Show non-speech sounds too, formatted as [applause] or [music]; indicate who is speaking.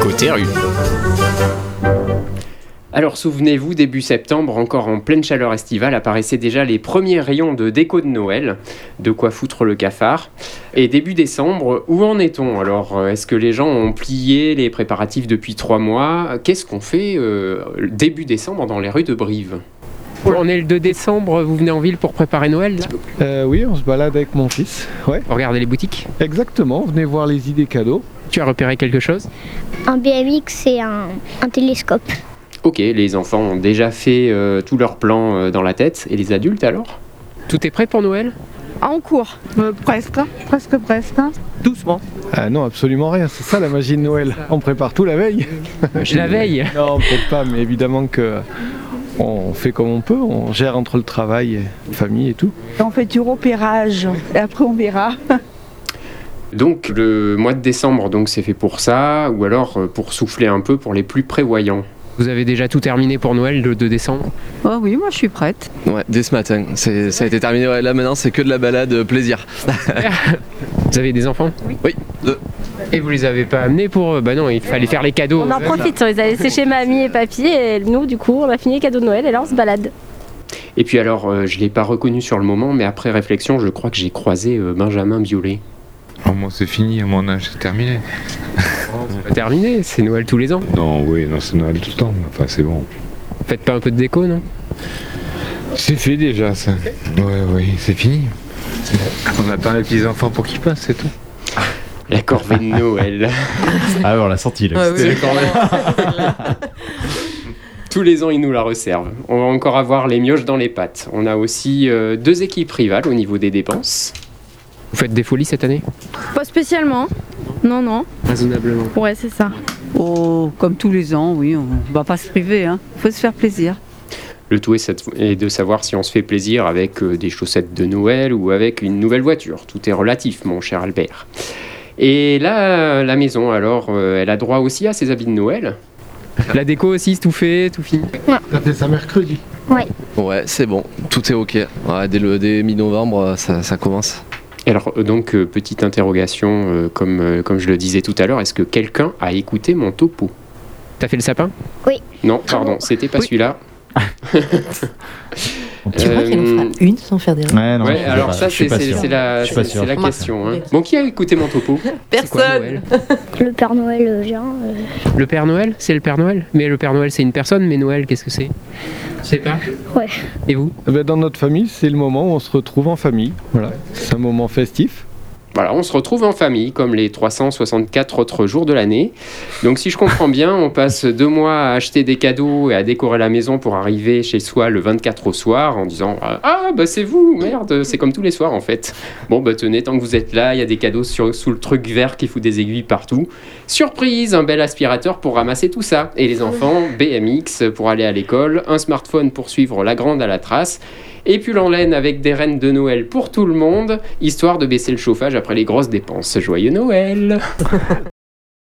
Speaker 1: Côté rue.
Speaker 2: Alors souvenez-vous, début septembre, encore en pleine chaleur estivale, apparaissaient déjà les premiers rayons de déco de Noël, de quoi foutre le cafard. Et début décembre, où en est-on Alors, euh, est-ce que les gens ont plié les préparatifs depuis trois mois Qu'est-ce qu'on fait euh, début décembre dans les rues de Brive on est le 2 décembre, vous venez en ville pour préparer Noël là
Speaker 3: Euh, oui, on se balade avec mon fils. Ouais,
Speaker 2: Regardez les boutiques.
Speaker 3: exactement. Venez voir les idées cadeaux.
Speaker 2: Tu as repéré quelque chose
Speaker 4: Un BMX, c'est un, un télescope.
Speaker 2: Ok, les enfants ont déjà fait euh, tous leurs plans euh, dans la tête. Et les adultes alors Tout est prêt pour Noël
Speaker 5: En cours
Speaker 6: Euh, presque, hein. presque, presque. hein. Doucement.
Speaker 3: Ah non, absolument rien. C'est ça la magie de Noël. On prépare tout la veille.
Speaker 2: La veille
Speaker 3: [laughs] Non, peut-être pas, mais évidemment que on fait comme on peut. On gère entre le travail, et la famille et tout.
Speaker 6: On fait du repérage. Et après, on verra.
Speaker 2: Donc le mois de décembre, donc c'est fait pour ça, ou alors euh, pour souffler un peu pour les plus prévoyants. Vous avez déjà tout terminé pour Noël le 2 décembre
Speaker 5: Oh oui, moi je suis prête.
Speaker 7: Ouais, dès ce matin, c'est- ça a été terminé. Ouais, là maintenant, c'est que de la balade euh, plaisir.
Speaker 2: Vous avez des enfants
Speaker 7: Oui, deux.
Speaker 2: Et vous les avez pas amenés pour... eux Bah non, il fallait faire les cadeaux.
Speaker 8: On en profite, on les a laissés chez mamie et papy et nous du coup on a fini les cadeaux de Noël et là on se balade.
Speaker 2: Et puis alors, euh, je l'ai pas reconnu sur le moment, mais après réflexion, je crois que j'ai croisé euh, Benjamin Biolay.
Speaker 9: Oh, moi, c'est fini, à mon âge, c'est terminé.
Speaker 2: Terminé, c'est Noël tous les ans.
Speaker 9: Non, oui, non, c'est Noël tout le temps. Enfin, c'est bon.
Speaker 2: Faites pas un peu de déco, non
Speaker 9: C'est fait déjà, ça. Ouais, oui, c'est fini. C'est- On attend les petits enfants pour qu'ils passent, c'est tout.
Speaker 2: La corvée de Noël. [laughs]
Speaker 1: Ah ouais, on l'a senti là.
Speaker 2: Tous les ans, ils nous la resservent. On va encore avoir les mioches dans les pattes. On a aussi euh, deux équipes rivales au niveau des dépenses. Vous faites des folies cette année
Speaker 8: Pas spécialement. Non non.
Speaker 2: Raisonnablement.
Speaker 8: Ouais c'est ça.
Speaker 5: Oh, comme tous les ans, oui, on va pas se priver, hein. faut se faire plaisir.
Speaker 2: Le tout est cette- est de savoir si on se fait plaisir avec euh, des chaussettes de Noël ou avec une nouvelle voiture. Tout est relatif, mon cher Albert. Et là, la maison, alors, euh, elle a droit aussi à ses habits de Noël La déco aussi, tout fait, tout fini.
Speaker 3: Ça fait ça mercredi.
Speaker 7: Ouais, c'est bon, tout est ok. Ouais, dès le dès mi-novembre, euh, ça, ça commence.
Speaker 2: Alors, euh, donc, euh, petite interrogation, euh, comme, euh, comme je le disais tout à l'heure, est-ce que quelqu'un a écouté mon topo T'as fait le sapin
Speaker 4: Oui.
Speaker 2: Non, pardon, c'était pas [laughs] celui-là.
Speaker 10: Tu crois qu'il en fera
Speaker 2: Euh,
Speaker 10: une sans faire des rêves
Speaker 1: Ouais, non,
Speaker 2: ouais,
Speaker 1: hein, je sais
Speaker 2: alors
Speaker 1: pas,
Speaker 2: ça,
Speaker 1: je suis
Speaker 2: c'est
Speaker 1: pas
Speaker 2: c'est-
Speaker 1: sûr.
Speaker 2: c'est la,
Speaker 1: Je suis pas
Speaker 2: c'est-
Speaker 1: sûr.
Speaker 2: c'est la
Speaker 1: Moi,
Speaker 2: question. hein. Bon, qui a écouté mon topo C'est quoi, Noël
Speaker 4: Le Père Noël euh, géant. euh,
Speaker 2: Le Père Noël, c'est le Père Noël. Mais le Père Noël, c'est une personne. Mais Noël, qu'est-ce que c'est Je sais pas.
Speaker 4: Ouais.
Speaker 2: Et vous
Speaker 3: Eh ben, dans notre famille, c'est le moment où on se retrouve en famille. Voilà. C'est un moment festif.
Speaker 2: Voilà, on se retrouve en famille, comme les 364 autres jours de l'année. Donc, si je comprends bien, on passe deux mois à acheter des cadeaux et à décorer la maison pour arriver chez soi le 24 au soir en disant euh, Ah, bah c'est vous, merde, c'est comme tous les soirs en fait. Bon, bah tenez, tant que vous êtes là, il y a des cadeaux sur- sous le truc vert qui fout des aiguilles partout. Surprise, un bel aspirateur pour ramasser tout ça. Et les enfants, BMX pour aller à l'école, un smartphone pour suivre la grande à la trace et puis en laine avec des rennes de Noël pour tout le monde, histoire de baisser le chauffage après les grosses dépenses. Joyeux Noël